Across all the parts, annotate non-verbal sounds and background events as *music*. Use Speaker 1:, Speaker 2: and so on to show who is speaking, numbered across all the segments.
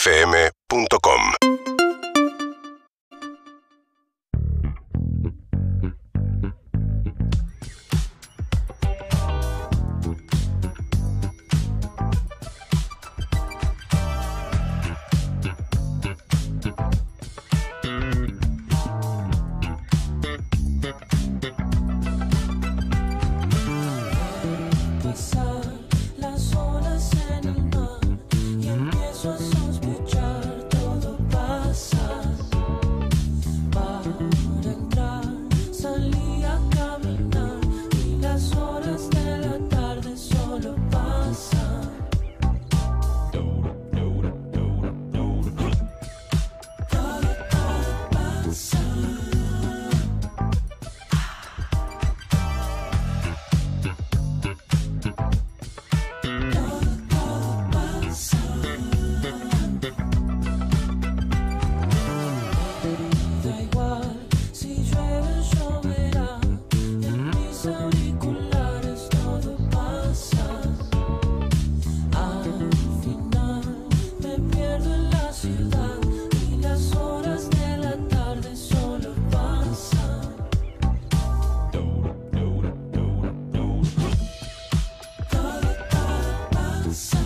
Speaker 1: UrbanaPlayFM.com
Speaker 2: Besar las olas en el mar y empiezo a sospechar todo pasa para entrar salí a caminar y las horas de la tarde solo pasan todo todo pasa Da igual si llueve lloverá, en mis auriculares todo pasa. Al final me pierdo en la ciudad y las horas de la tarde solo pasan. Todo, todo, todo, todo, todo pasa.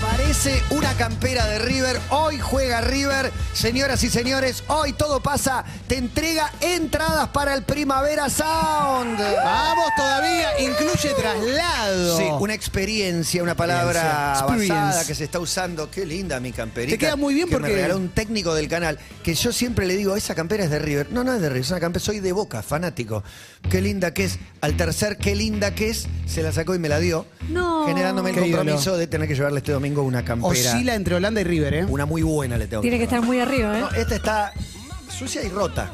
Speaker 3: Parece una campera de River. Hoy juega River. Señoras y señores, hoy todo pasa. Te entrega entradas para el Primavera Sound.
Speaker 4: Vamos todavía, incluye traslado.
Speaker 3: Sí, una experiencia, una palabra
Speaker 4: Experiencia.
Speaker 3: basada
Speaker 4: Experience.
Speaker 3: que se está usando. Qué linda mi camperita.
Speaker 4: Te queda muy bien
Speaker 3: que
Speaker 4: porque-
Speaker 3: me regaló un técnico del canal que yo siempre le digo, esa campera es de River. No, no es de River, es una campera, soy de Boca, fanático. Qué linda que es. Al tercer qué linda que es, se la sacó y me la dio,
Speaker 5: No.
Speaker 3: generándome el
Speaker 4: Qué ídolo.
Speaker 3: compromiso de tener que llevarle este domingo una campera.
Speaker 4: Oscila entre Holanda y River, ¿eh?
Speaker 3: Una muy buena le tengo.
Speaker 5: Tiene que estar
Speaker 3: llevar.
Speaker 5: muy arriba,
Speaker 3: No,
Speaker 5: ¿eh?
Speaker 3: esta está sucia y rota.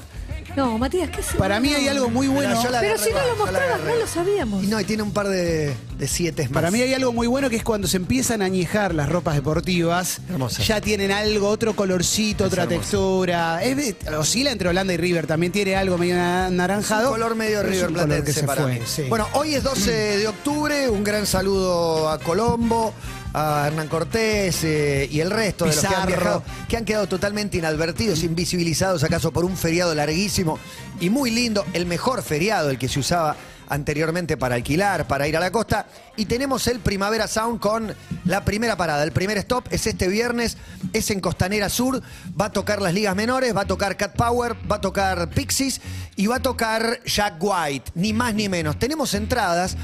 Speaker 5: No, Matías, ¿qué haces?
Speaker 4: Para mí hay algo muy bueno.
Speaker 3: Yo la
Speaker 5: Pero
Speaker 3: agarré
Speaker 5: si no
Speaker 3: mal,
Speaker 5: lo
Speaker 3: yo la
Speaker 5: mostrabas,
Speaker 3: agarré.
Speaker 5: no lo sabíamos.
Speaker 3: Y no, y tiene un par de, de siete más.
Speaker 4: Para mí hay algo muy bueno que es cuando se empiezan a añejar las ropas deportivas.
Speaker 3: Hermosa.
Speaker 4: Ya tienen algo, otro colorcito, otra
Speaker 3: hermosa.
Speaker 4: textura. Es de- oscila entre Holanda y River. También tiene algo medio na- anaranjado.
Speaker 3: Un color medio
Speaker 4: pero es
Speaker 3: River
Speaker 4: un color
Speaker 3: Platense
Speaker 4: que se
Speaker 3: para
Speaker 4: fue,
Speaker 3: mí.
Speaker 4: sí.
Speaker 3: Bueno, hoy es 12 de octubre. Un gran saludo a Colombo, a Hernán Cortés eh, y el resto de los que han
Speaker 4: Pizarro.
Speaker 3: viajado, que han quedado totalmente inadvertidos, invisibilizados acaso por un feriado larguísimo y muy lindo, el mejor feriado, el que se usaba anteriormente para alquilar, para ir a la costa. Y tenemos el Primavera Sound con la primera parada. El primer stop es este viernes, es en Costanera Sur, va a tocar las ligas menores, va a tocar Cat Power, va a tocar Pixies y va a tocar Jack White, ni más ni menos. Tenemos entradas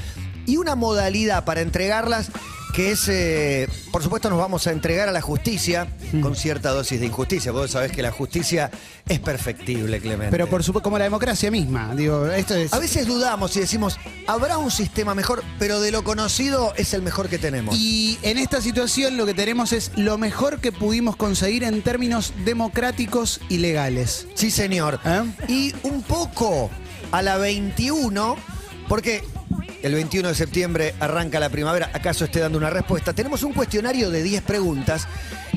Speaker 3: y una modalidad para entregarlas que es, eh, por supuesto, nos vamos a entregar a la justicia
Speaker 4: Mm.
Speaker 3: con cierta dosis de injusticia. Vos sabés que la justicia es perfectible, Clemente.
Speaker 4: Pero por supuesto, como la democracia misma. Digo, esto es.
Speaker 3: a veces dudamos y decimos, habrá un sistema mejor, pero de lo conocido es el mejor que tenemos.
Speaker 4: Y en esta situación lo que tenemos es lo mejor que pudimos conseguir en términos democráticos y legales.
Speaker 3: Sí, señor.
Speaker 4: ¿Eh?
Speaker 3: Y un poco a la 21, porque el 21 de septiembre arranca la primavera, acaso esté dando una respuesta. Tenemos un cuestionario de 10 preguntas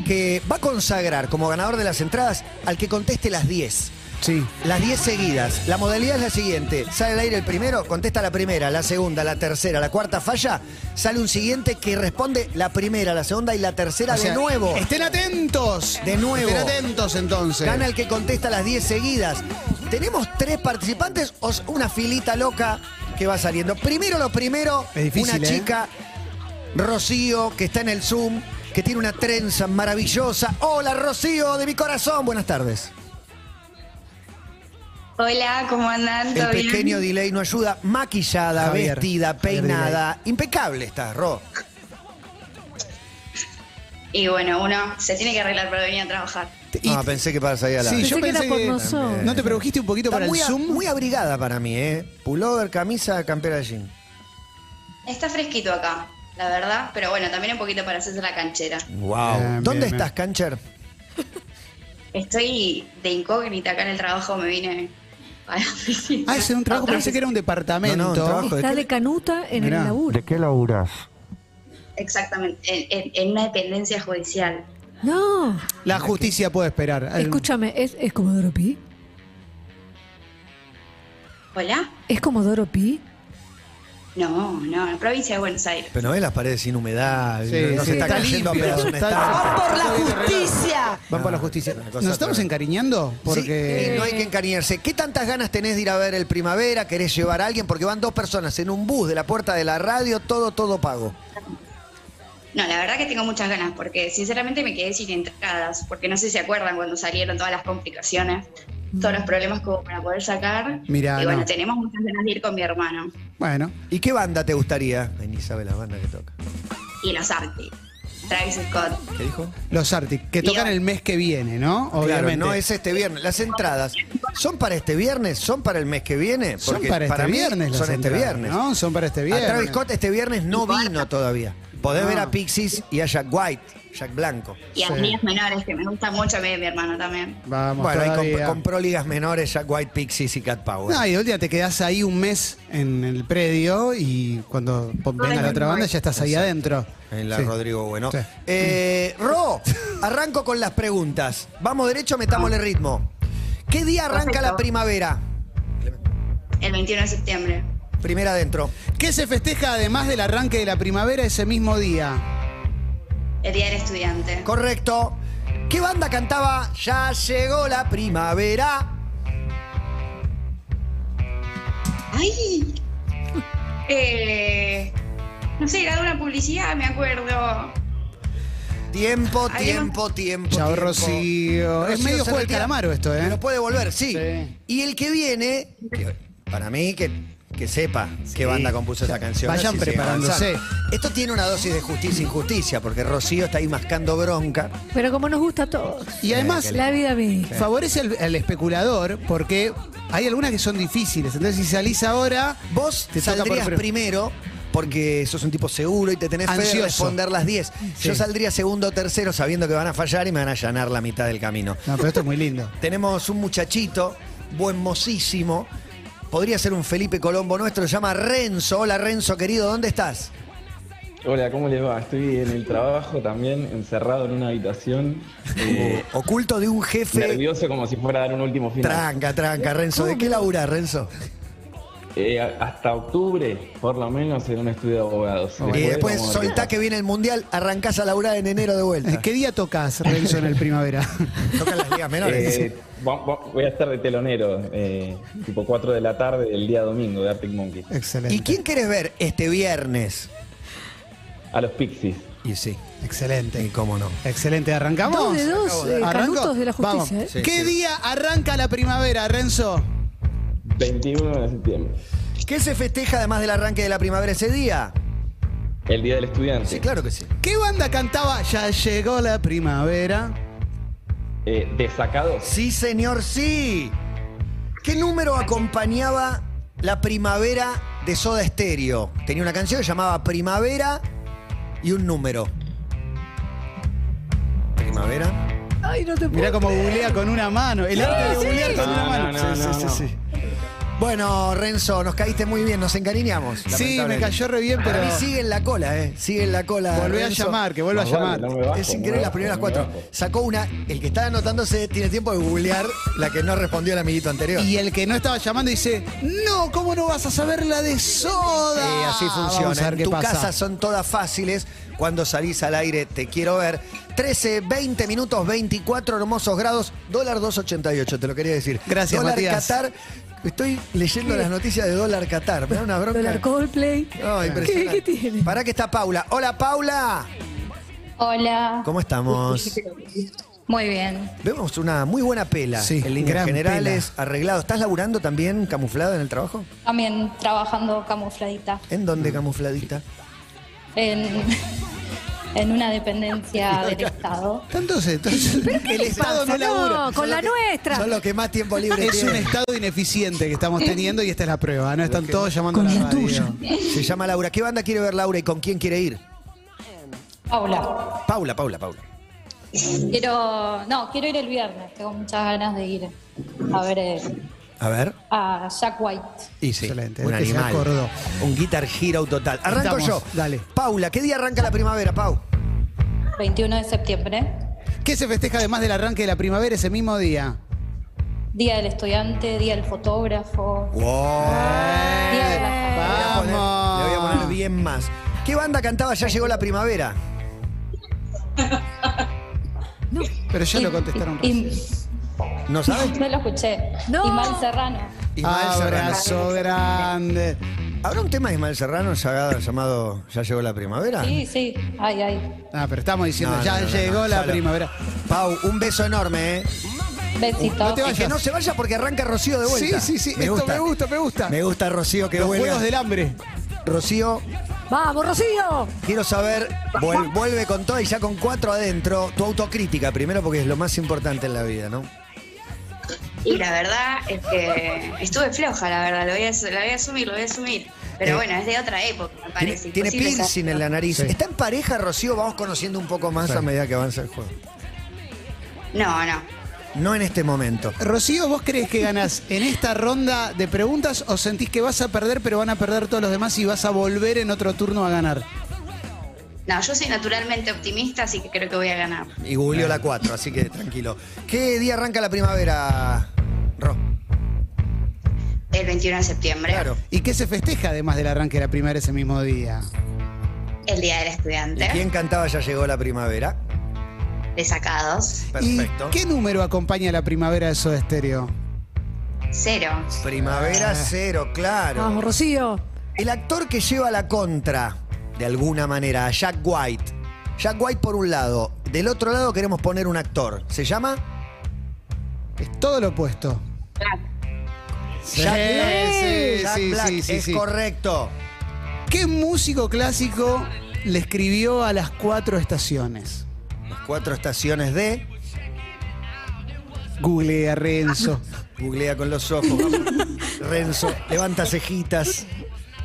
Speaker 3: que va a consagrar como ganador de las entradas al que conteste las 10.
Speaker 4: Sí.
Speaker 3: Las 10 seguidas. La modalidad es la siguiente. Sale al aire el primero, contesta la primera, la segunda, la tercera, la cuarta falla. Sale un siguiente que responde la primera, la segunda y la tercera
Speaker 4: O sea, este
Speaker 3: de nuevo.
Speaker 4: Estén atentos.
Speaker 3: De nuevo.
Speaker 4: Estén atentos entonces.
Speaker 3: Gana el que contesta las 10 seguidas. Tenemos tres participantes o s- una filita loca que va saliendo. Primero lo primero,
Speaker 4: Es difícil,
Speaker 3: una
Speaker 4: ¿eh?
Speaker 3: chica, Rocío, que está en el Zoom, que tiene una trenza maravillosa. Hola Rocío, de mi corazón, buenas tardes.
Speaker 6: Hola, ¿cómo andan?
Speaker 3: El
Speaker 6: ¿Todo bien?
Speaker 3: pequeño delay no ayuda, maquillada,
Speaker 4: Javier,
Speaker 3: vestida,
Speaker 4: Javier
Speaker 3: peinada, impecable estás, Ro.
Speaker 6: Y bueno, uno se tiene que arreglar para venir a trabajar.
Speaker 4: Y-
Speaker 3: Ah, pensé que para salir a la...
Speaker 4: Sí,
Speaker 5: Pensé
Speaker 4: yo
Speaker 5: que era
Speaker 4: pensé
Speaker 5: por
Speaker 4: que-
Speaker 5: nosotros.
Speaker 4: ¿No te produjiste un poquito
Speaker 3: Está
Speaker 4: para
Speaker 3: muy,
Speaker 4: el
Speaker 3: a-
Speaker 4: Zoom?
Speaker 3: muy abrigada para mí, ¿eh? Pullover, camisa, campera de jean.
Speaker 6: Está fresquito acá, la verdad, pero bueno, también un poquito para hacerse la canchera.
Speaker 3: Wow.
Speaker 4: Bien,
Speaker 3: ¿Dónde
Speaker 4: bien,
Speaker 3: estás, Cancher?
Speaker 6: Estoy de incógnita acá en el trabajo, me vine a la
Speaker 4: *laughs*
Speaker 6: oficina.
Speaker 4: Ah, ese es un trabajo,
Speaker 6: Otra
Speaker 4: pensé que
Speaker 6: vez.
Speaker 4: era un departamento.
Speaker 3: No, no, un trabajo.
Speaker 5: Está de canuta en
Speaker 4: Mirá,
Speaker 5: el laburo.
Speaker 7: ¿De qué laburás?
Speaker 6: Exactamente, en, en- en una dependencia judicial.
Speaker 5: No,
Speaker 4: La justicia puede esperar. Al-
Speaker 5: escúchame, ¿es, es Comodoro Pi?
Speaker 6: ¿Hola?
Speaker 5: ¿Es Comodoro Pi?
Speaker 6: No, no, la provincia de Buenos Aires.
Speaker 3: Pero no ves las paredes sin humedad,
Speaker 4: Sí,
Speaker 3: no
Speaker 4: sí,
Speaker 3: se está
Speaker 4: está
Speaker 3: cayendo
Speaker 4: limpio,
Speaker 3: a pedazos una
Speaker 4: está-
Speaker 8: ¡Van
Speaker 3: estatua.
Speaker 8: por la justicia!
Speaker 4: Van por la justicia.
Speaker 3: una cosa
Speaker 4: ¿Nos estamos
Speaker 3: tremenda.
Speaker 4: encariñando?
Speaker 3: Sí,
Speaker 4: Porque.
Speaker 3: y no hay que encariñarse. ¿Qué tantas ganas tenés de ir a ver el Primavera? ¿Querés llevar a alguien? Porque van dos personas en un bus de la puerta de la radio, todo, todo pago.
Speaker 6: No, la verdad que tengo muchas ganas, porque sinceramente me quedé sin entradas, porque no sé si se acuerdan cuando salieron todas las complicaciones, todos los problemas que hubo para poder sacar.
Speaker 4: Mirá,
Speaker 6: y bueno,
Speaker 4: no.
Speaker 6: tenemos muchas ganas de ir con mi hermano
Speaker 4: Bueno.
Speaker 3: ¿Y qué banda te gustaría? Ay, ni sabe la banda que toca.
Speaker 6: y los Arctic, Travis Scott.
Speaker 3: ¿Qué dijo?
Speaker 4: Los Arctic, que tocan
Speaker 6: Bien.
Speaker 4: el mes que viene, ¿no? Obviamente.
Speaker 3: Claro, no es este viernes. Las entradas son para este viernes, son para el mes que viene.
Speaker 4: Son
Speaker 3: Porque
Speaker 4: para este
Speaker 3: mí
Speaker 4: viernes las
Speaker 3: Son este
Speaker 4: entradas,
Speaker 3: viernes.
Speaker 4: ¿no? Son para este viernes.
Speaker 3: A Travis Scott este viernes no vino todavía. Podés ver a Pixies y a Jack White, Jack Blanco.
Speaker 6: Y a
Speaker 4: Sí.
Speaker 6: niñas menores, que me gusta mucho a mí y a mi hermano también.
Speaker 4: Vamos,
Speaker 3: bueno, y comp-
Speaker 4: todavía.
Speaker 3: compró ligas menores, Jack White, Pixies y Cat Power.
Speaker 4: No, y de última te quedás ahí un mes en el predio y cuando po- venga la otra banda ya estás ahí adentro.
Speaker 3: En la
Speaker 4: Sí.
Speaker 3: Rodrigo Bueno.
Speaker 4: Sí.
Speaker 3: Eh, Ro, arranco con las preguntas. Vamos derecho, metámosle ritmo. ¿Qué día arranca la
Speaker 6: Perfecto.
Speaker 3: primavera?
Speaker 6: El 21 de septiembre.
Speaker 3: Primera adentro.
Speaker 4: ¿Qué se festeja además del arranque de la primavera ese mismo día?
Speaker 6: El Día del Estudiante.
Speaker 3: Correcto. ¿Qué banda cantaba Ya llegó la primavera?
Speaker 6: ¡Ay! *laughs* Eh, no sé, era de una publicidad, me acuerdo.
Speaker 3: Tiempo,
Speaker 6: Ahí
Speaker 3: tiempo, tiempo.
Speaker 4: Chao,
Speaker 3: tiempo.
Speaker 4: Rocío. Es medio
Speaker 3: se
Speaker 4: juego del
Speaker 3: retira.
Speaker 4: calamaro esto, ¿eh?
Speaker 3: Pero puede volver, sí.
Speaker 4: Sí.
Speaker 3: Y el que viene, que para mí, que, que sepa qué banda compuso esa canción.
Speaker 4: Vayan
Speaker 3: así sigue
Speaker 4: preparándose.
Speaker 3: avanzando. Esto tiene una dosis de justicia e injusticia, porque Rocío está ahí mascando bronca.
Speaker 5: Pero como nos gusta a todos.
Speaker 4: Y además,
Speaker 5: La vida mía.
Speaker 4: favorece al, al especulador porque hay algunas que son difíciles. Entonces, si salís ahora,
Speaker 3: Vos
Speaker 4: Te toca por
Speaker 3: saldrías
Speaker 4: primero.
Speaker 3: primero porque sos un tipo seguro y te tenés fe de
Speaker 4: Ansioso.
Speaker 3: responder las 10. Yo saldría segundo o tercero sabiendo que van a fallar y me van a allanar la mitad del camino.
Speaker 4: No, pero esto es muy lindo.
Speaker 3: Tenemos un muchachito, buen mocísimo. Podría ser un Felipe Colombo nuestro, se llama Renzo. Hola Renzo, querido, ¿dónde estás?
Speaker 9: Hola, ¿cómo les va? Estoy en el trabajo también, encerrado en una habitación, eh,
Speaker 3: *laughs* Oculto de un jefe.
Speaker 9: nervioso como si fuera a dar un último final.
Speaker 3: Tranca, tranca, Renzo. ¿De qué laburás, Renzo?
Speaker 9: Eh, a- hasta octubre, por lo menos, en un estudio de abogados.
Speaker 3: Y después
Speaker 9: como-
Speaker 3: soltá que viene el mundial, arrancás a laburar en enero de
Speaker 4: ¿En
Speaker 3: vuelta.
Speaker 4: ¿Qué día
Speaker 3: *laughs*
Speaker 4: tocas, Renzo, en el primavera?
Speaker 3: Tocan las ligas menores.
Speaker 9: Eh, va- va- voy a estar de telonero, eh, tipo 4 de la tarde del día domingo de Arctic Monkey.
Speaker 4: Excelente.
Speaker 3: ¿Y quién querés ver este viernes?
Speaker 9: A los Pixies.
Speaker 3: Y sí.
Speaker 4: Excelente.
Speaker 3: Y cómo no.
Speaker 4: Excelente, arrancamos.
Speaker 5: Dos de dos, eh,
Speaker 4: ¿Arranco?
Speaker 5: canutos de la
Speaker 4: Vamos.
Speaker 5: justicia. ¿eh?
Speaker 3: Sí,
Speaker 4: ¿Qué
Speaker 3: sí.
Speaker 4: día arranca la primavera, Renzo?
Speaker 9: 21 de septiembre.
Speaker 3: ¿Qué se festeja además del arranque de la primavera ese día?
Speaker 9: El día del estudiante.
Speaker 3: Sí, claro que sí.
Speaker 4: ¿Qué banda cantaba Ya llegó la primavera?
Speaker 9: Eh, desacados.
Speaker 3: Sí, señor, sí. ¿Qué número acompañaba la primavera de Soda Stereo? Tenía una canción que llamaba Primavera y un número. Primavera.
Speaker 5: Ay, no te puedo
Speaker 4: Mirá cómo
Speaker 5: creer.
Speaker 4: googlea con una mano. El arte de googlear con
Speaker 9: No,
Speaker 4: una
Speaker 9: no,
Speaker 4: mano.
Speaker 9: no, no, no.
Speaker 3: Bueno, Renzo, nos caíste muy bien, nos encariñamos.
Speaker 4: Sí, me cayó re bien, pero
Speaker 3: Para mí sigue en la cola, ¿eh? Sigue en la cola.
Speaker 4: volvé a
Speaker 3: Renzo.
Speaker 4: llamar, que vuelva a
Speaker 9: Más vale,
Speaker 4: llamar.
Speaker 9: no me bajo,
Speaker 3: es
Speaker 9: no me
Speaker 3: increíble las
Speaker 9: bajo,
Speaker 3: primeras
Speaker 9: no me
Speaker 3: cuatro.
Speaker 9: bajo.
Speaker 3: Sacó una, el que está anotándose tiene tiempo de googlear la que no respondió el amiguito anterior.
Speaker 4: Y el que no estaba llamando dice, no, ¿cómo no vas a saber la de soda?
Speaker 3: Sí, Eh, así funciona.
Speaker 4: Vamos a ver
Speaker 3: en
Speaker 4: qué
Speaker 3: tu
Speaker 4: pasa.
Speaker 3: casa son todas fáciles. Cuando salís al aire, te quiero ver. 13, 20 minutos, 24 hermosos grados. Dólar 2.88, te lo quería decir.
Speaker 4: Gracias,
Speaker 3: Dólar
Speaker 4: Matías.
Speaker 3: Qatar. Estoy leyendo las noticias de dólar Qatar. Me da una bronca.
Speaker 5: Dólar Coldplay.
Speaker 3: No,
Speaker 5: ¿Qué,
Speaker 3: impresionante.
Speaker 5: ¿Qué tiene?
Speaker 3: Pará que está Paula. Hola, Paula.
Speaker 10: Hola.
Speaker 3: ¿Cómo estamos?
Speaker 10: Muy bien.
Speaker 3: Vemos una muy buena pela
Speaker 4: Sí,
Speaker 3: en líneas
Speaker 4: gran
Speaker 3: generales, arreglado. ¿Estás laburando también camuflado en el trabajo?
Speaker 10: También trabajando camufladita
Speaker 3: ¿En dónde
Speaker 4: Mm.
Speaker 3: camufladita?
Speaker 10: en, en una dependencia del Estado.
Speaker 4: Entonces, entonces el Estado no
Speaker 5: pasa?
Speaker 4: labura.
Speaker 5: No, con la nuestra.
Speaker 3: Son los que más tiempo libre
Speaker 4: *laughs* Es un
Speaker 3: tienen.
Speaker 4: Estado ineficiente que estamos teniendo y esta es la prueba. No están todos llamando a
Speaker 5: Con
Speaker 4: la
Speaker 5: la
Speaker 4: radio.
Speaker 5: tuya.
Speaker 3: Se llama Laura. ¿Qué banda quiere ver Laura y con quién quiere ir?
Speaker 10: Paula.
Speaker 3: Paula, Paula, Paula.
Speaker 10: Quiero, no, quiero ir el viernes, tengo muchas ganas de ir a ver eh,
Speaker 3: A ver.
Speaker 10: a Jack White.
Speaker 3: Y sí,
Speaker 4: Excelente,
Speaker 3: un
Speaker 4: hoy que se
Speaker 3: animal.
Speaker 4: acordó.
Speaker 3: Un guitar hero total. Arranco
Speaker 4: Estamos,
Speaker 3: yo.
Speaker 4: dale.
Speaker 3: Paula, ¿qué día arranca la primavera, Pau?
Speaker 10: 21 de septiembre,
Speaker 4: ¿Qué se festeja además del arranque de la primavera ese mismo día?
Speaker 10: Día del Estudiante, Día del Fotógrafo,
Speaker 3: ¡Wow!
Speaker 10: Día de la
Speaker 3: Le voy a poner-
Speaker 4: ¡Vamos!
Speaker 3: Le voy a poner bien más. ¿Qué banda cantaba Ya llegó la primavera?
Speaker 4: Pero ya lo contestaron.
Speaker 10: y-
Speaker 4: recién.
Speaker 3: ¿No sabes?
Speaker 10: *laughs* No lo escuché.
Speaker 5: No.
Speaker 10: Y Mal Serrano.
Speaker 3: Ismael Serrano.
Speaker 4: Abrazo grande.
Speaker 3: ¿Habrá un tema de Ismael Serrano llamado, llamado Ya llegó la primavera?
Speaker 10: Sí, sí. Ay, ay.
Speaker 4: Ah, pero estamos diciendo,
Speaker 3: No, no,
Speaker 4: ya
Speaker 3: no, no,
Speaker 4: llegó
Speaker 3: no,
Speaker 4: la
Speaker 3: ya lo-
Speaker 4: primavera.
Speaker 3: Pau, un beso enorme, ¿eh?
Speaker 10: Besito.
Speaker 4: No te
Speaker 3: Y
Speaker 4: vayas.
Speaker 3: que no se vaya porque arranca Rocío de vuelta.
Speaker 4: Sí, sí, sí. Esto me gusta, me gusta.
Speaker 3: Me gusta Rocío que
Speaker 4: Los
Speaker 3: vuelve.
Speaker 4: Juegos del Hambre.
Speaker 3: Rocío,
Speaker 5: ¡Vamos, Rocío!
Speaker 3: quiero saber, vuel- vuelve con todo y ya con cuatro adentro. Tu autocrítica primero porque es lo más importante en la vida, ¿no?
Speaker 6: Y la verdad es que estuve floja, la verdad, lo voy a, as- la voy a asumir, lo voy a asumir.
Speaker 3: Eh,
Speaker 6: Pero bueno, es de otra época, me
Speaker 3: Tiene,
Speaker 6: parece.
Speaker 3: tiene
Speaker 6: imposible
Speaker 3: piercing
Speaker 6: saberlo.
Speaker 3: en la nariz.
Speaker 4: Sí.
Speaker 3: ¿Está en pareja, Rocío? Vamos conociendo un poco más
Speaker 4: Sí.
Speaker 3: a medida que avanza el juego.
Speaker 6: No, no.
Speaker 3: No en este momento.
Speaker 4: Rocío, ¿vos crees que ganás en esta ronda de preguntas o sentís que vas a perder, pero van a perder todos los demás y vas a volver en otro turno a ganar?
Speaker 6: No, yo soy naturalmente optimista, así que creo que voy a ganar.
Speaker 3: Y googleó la 4, así que tranquilo. ¿Qué día arranca la primavera, Ro?
Speaker 6: El 21 de septiembre,
Speaker 3: Claro.
Speaker 4: ¿Y qué se festeja además del arranque de la primavera ese mismo día?
Speaker 6: el Día del
Speaker 3: ¿Y
Speaker 6: Estudiante,
Speaker 3: quién cantaba Ya llegó la primavera?
Speaker 6: de sacados,
Speaker 3: Perfecto.
Speaker 4: ¿Y qué número acompaña la primavera de Soda Stereo?
Speaker 6: cero.
Speaker 4: Ah.
Speaker 3: Primavera cero, claro.
Speaker 5: ¡Vamos, Rocío!
Speaker 3: El actor que lleva la contra, de alguna manera, a Jack White. Jack White por un lado. Del otro lado queremos poner un actor. ¿Se llama?
Speaker 4: Es todo lo opuesto.
Speaker 3: Jack
Speaker 4: sí,
Speaker 3: Jack
Speaker 4: sí,
Speaker 3: Black.
Speaker 4: sí, sí,
Speaker 3: es
Speaker 4: sí.
Speaker 3: correcto.
Speaker 4: ¿Qué músico clásico le escribió a las cuatro estaciones?
Speaker 3: Las cuatro estaciones de...
Speaker 4: Google a Renzo.
Speaker 3: Googlea con los
Speaker 4: *laughs*
Speaker 3: ojos. vamos. Renzo, levanta cejitas.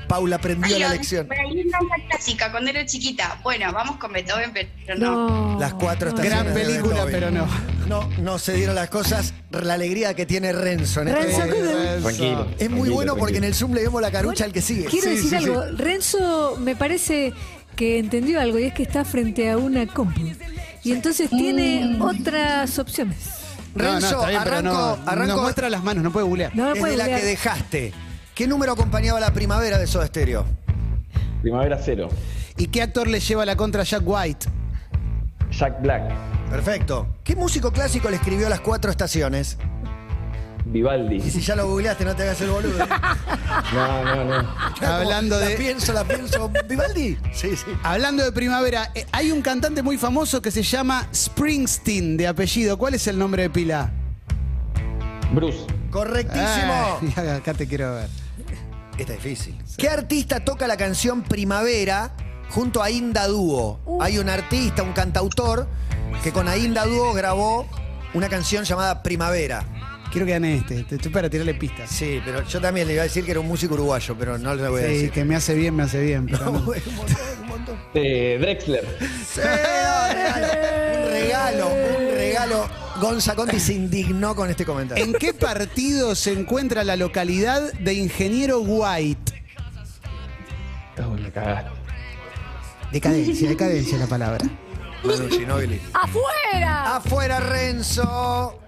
Speaker 3: Paula aprendió
Speaker 6: Ay,
Speaker 3: la
Speaker 6: lo-
Speaker 3: lección.
Speaker 6: por ahí una onda clásica, cuando era chiquita. Bueno, vamos con Beethoven, pero no.
Speaker 5: No.
Speaker 3: Las cuatro
Speaker 5: No,
Speaker 3: estaciones.
Speaker 4: Gran
Speaker 3: de
Speaker 4: película,
Speaker 3: Beethoven.
Speaker 4: pero no.
Speaker 3: No, no se dieron las cosas. La alegría que tiene Renzo en este
Speaker 5: Renzo,
Speaker 3: momento.
Speaker 9: Tranquilo.
Speaker 3: Es muy bueno porque en el Zoom le vemos la carucha al que sigue.
Speaker 5: Quiero
Speaker 4: Sí,
Speaker 5: decir
Speaker 4: sí,
Speaker 5: algo. Renzo me parece que entendió algo y es que está frente a una compu. Y entonces tiene
Speaker 4: Mm.
Speaker 5: otras opciones.
Speaker 4: No, no,
Speaker 3: Renzo,
Speaker 4: está bien, pero
Speaker 3: arranco,
Speaker 4: no, Nos
Speaker 3: arranco
Speaker 4: muestra las manos, no puede googlear.
Speaker 5: No me
Speaker 3: desde
Speaker 5: puede
Speaker 3: la que
Speaker 5: googlear.
Speaker 3: dejaste. ¿Qué número acompañaba la primavera de Soda Stereo?
Speaker 9: Primavera cero.
Speaker 4: ¿Y qué actor le lleva la contra a Jack White?
Speaker 9: Jack Black.
Speaker 3: Perfecto. ¿Qué músico clásico le escribió las cuatro estaciones?
Speaker 9: Vivaldi.
Speaker 3: Y si ya lo googleaste, no te hagas el *laughs* boludo.
Speaker 9: No, no, no.
Speaker 4: Hablando
Speaker 3: la
Speaker 4: de-
Speaker 3: pienso, la pienso. ¿Vivaldi? Sí, sí.
Speaker 4: Hablando de primavera, eh, hay un cantante muy famoso que se llama Springsteen de apellido. ¿Cuál es el nombre de pila?
Speaker 9: Bruce.
Speaker 3: Correctísimo.
Speaker 4: Ah, *laughs* acá te quiero ver.
Speaker 3: Está difícil. ¿Qué artista toca la canción Primavera junto a Ainda Dúo? Hay un artista, un cantautor, que con Ainda Dúo grabó una canción llamada Primavera.
Speaker 4: Quiero que gane este. Te estoy para tirarle pistas. Sí,
Speaker 3: Sí, pero yo también le iba a decir que era un músico uruguayo, pero no lo voy a decir.
Speaker 4: que me hace bien, me hace bien.
Speaker 3: *laughs*
Speaker 4: pero no.
Speaker 9: Eh, Drexler.
Speaker 3: Sí, dale. un regalo, un regalo. Gonza Conti se indignó con este comentario.
Speaker 4: ¿En qué partido se encuentra la localidad de Ingeniero White?
Speaker 9: Oh, me cagaste.
Speaker 4: Decadencia, decadencia es la palabra.
Speaker 3: Manu Ginóbili.
Speaker 5: ¡Afuera!
Speaker 3: Afuera, Renzo.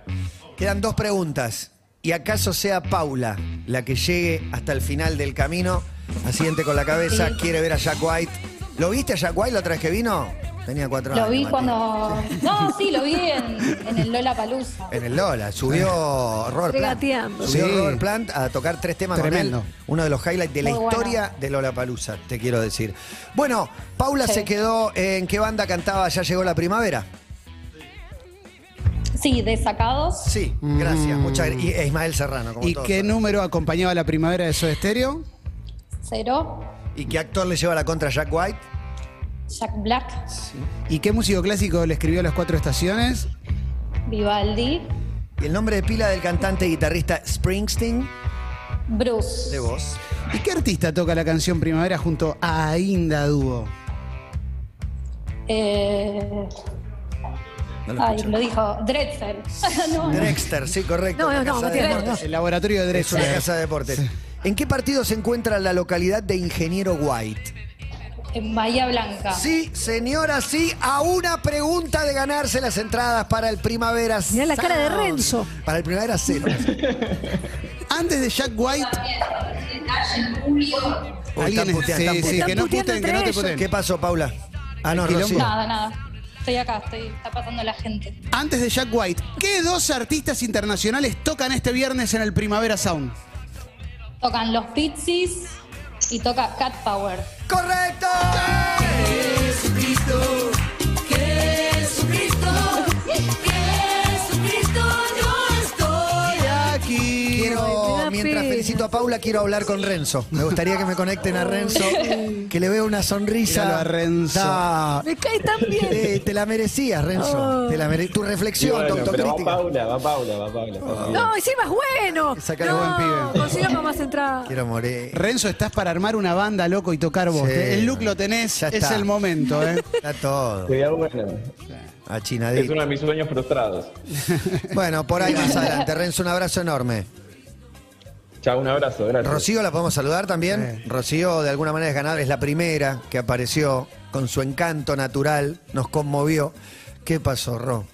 Speaker 3: Quedan dos preguntas. ¿Y acaso sea Paula la que llegue hasta el final del camino? Asiente con la cabeza, quiere ver a Jack White. ¿Lo viste a Jack White la otra vez que vino? Tenía cuatro años.
Speaker 10: Lo vi
Speaker 3: Matías.
Speaker 10: cuando. No, sí, lo vi en, en el Lola Palusa.
Speaker 3: En el Lola. Subió Robert Plant.
Speaker 5: Regateando.
Speaker 3: Subió
Speaker 4: Sí.
Speaker 3: Robert Plant a tocar tres temas con
Speaker 4: Tremendo.
Speaker 3: él. Uno de los highlights de la
Speaker 10: Muy bueno.
Speaker 3: historia de Lola Palusa, te quiero decir. Bueno, Paula
Speaker 10: Sí.
Speaker 3: se quedó en qué banda cantaba Ya llegó la primavera.
Speaker 10: Sí, de sacados.
Speaker 3: Sí, gracias. Muchas gracias. Y Ismael Serrano, como
Speaker 4: ¿Y
Speaker 3: todos
Speaker 4: qué
Speaker 3: saben.
Speaker 4: número acompañaba la primavera de Soda Stereo?
Speaker 10: Cero.
Speaker 3: ¿Y qué actor le lleva la contra a Jack White?
Speaker 10: Jack Black.
Speaker 4: ¿Y qué músico clásico le escribió a las cuatro estaciones?
Speaker 10: Vivaldi.
Speaker 3: Y el nombre de pila del cantante y guitarrista Springsteen
Speaker 10: Bruce.
Speaker 3: de voz.
Speaker 4: ¿Y qué artista toca la canción Primavera junto a Ainda Dúo?
Speaker 10: Eh,
Speaker 3: No lo
Speaker 10: Ay,
Speaker 3: escucho.
Speaker 10: lo dijo Drexel. *laughs* no,
Speaker 3: Drexter, sí, correcto.
Speaker 5: No,
Speaker 3: la
Speaker 5: no, no,
Speaker 3: casa de
Speaker 5: mentira, no,
Speaker 3: deportes.
Speaker 4: El laboratorio de
Speaker 3: Es una
Speaker 4: Drexler.
Speaker 3: casa de deportes. ¿En qué partido se encuentra la localidad de Ingeniero White?
Speaker 10: en Bahía Blanca.
Speaker 3: Sí, señora, sí, a una pregunta de ganarse las entradas para el Primavera
Speaker 5: Mirá la cara de
Speaker 3: Sound.
Speaker 5: Renzo.
Speaker 3: Para el Primavera Cero.
Speaker 4: Antes de Jack White,
Speaker 3: Uy,
Speaker 4: alguien
Speaker 3: están puteando, están
Speaker 4: es- sí, sí,
Speaker 3: puteando.
Speaker 4: que no
Speaker 5: puteando
Speaker 4: puten, que
Speaker 5: entre
Speaker 4: no te
Speaker 5: ellos.
Speaker 4: puten.
Speaker 3: ¿Qué pasó, Paula? Ah, no,
Speaker 4: El quilombo.
Speaker 3: Rocío.
Speaker 10: Nada, nada. Estoy acá, estoy, está pasando la gente.
Speaker 4: Antes de Jack White, ¿qué dos artistas internacionales tocan este viernes en el Primavera Sound?
Speaker 10: Tocan los Pixies y toca Cat Power.
Speaker 3: ¡Correcto!
Speaker 4: Aquí.
Speaker 5: me
Speaker 3: Quiero,
Speaker 5: da
Speaker 3: mientras
Speaker 5: pena.
Speaker 3: felicito a Paula, quiero hablar con Renzo. Me gustaría que me conecten a Renzo, que le veo una sonrisa.
Speaker 4: Míralo a Renzo.
Speaker 3: Da.
Speaker 5: Me cae tan
Speaker 4: *laughs*
Speaker 5: bien.
Speaker 3: Eh, te la merecías,
Speaker 4: Oh.
Speaker 3: Renzo. Te la mere- Tu
Speaker 9: Y
Speaker 3: reflexión,
Speaker 9: bueno,
Speaker 3: tu
Speaker 9: pero va
Speaker 3: autocrítica.
Speaker 9: Paula, va Paula, va Paula. está bien.
Speaker 5: No, encima es bueno.
Speaker 3: Sacale
Speaker 5: no,
Speaker 3: buen pibe.
Speaker 5: Consigamos
Speaker 4: *laughs*
Speaker 5: más entradas.
Speaker 3: Quiero morir.
Speaker 4: Renzo, estás para armar una banda, loco, y tocar vos.
Speaker 3: Sí.
Speaker 4: El look lo tenés,
Speaker 3: Ya
Speaker 4: es
Speaker 3: está.
Speaker 4: el momento,
Speaker 3: *laughs*
Speaker 4: ¿eh?
Speaker 3: Está todo.
Speaker 9: Sería bueno. Es
Speaker 3: Achinadito.
Speaker 9: uno de mis sueños frustrados.
Speaker 3: Bueno, por ahí más adelante. Renzo, un abrazo enorme.
Speaker 9: Chao, un abrazo, gracias.
Speaker 3: Rocío, la podemos saludar también. Rocío, de alguna manera es ganadora, es la primera que apareció con su encanto natural, nos conmovió. ¿Qué pasó, Ro?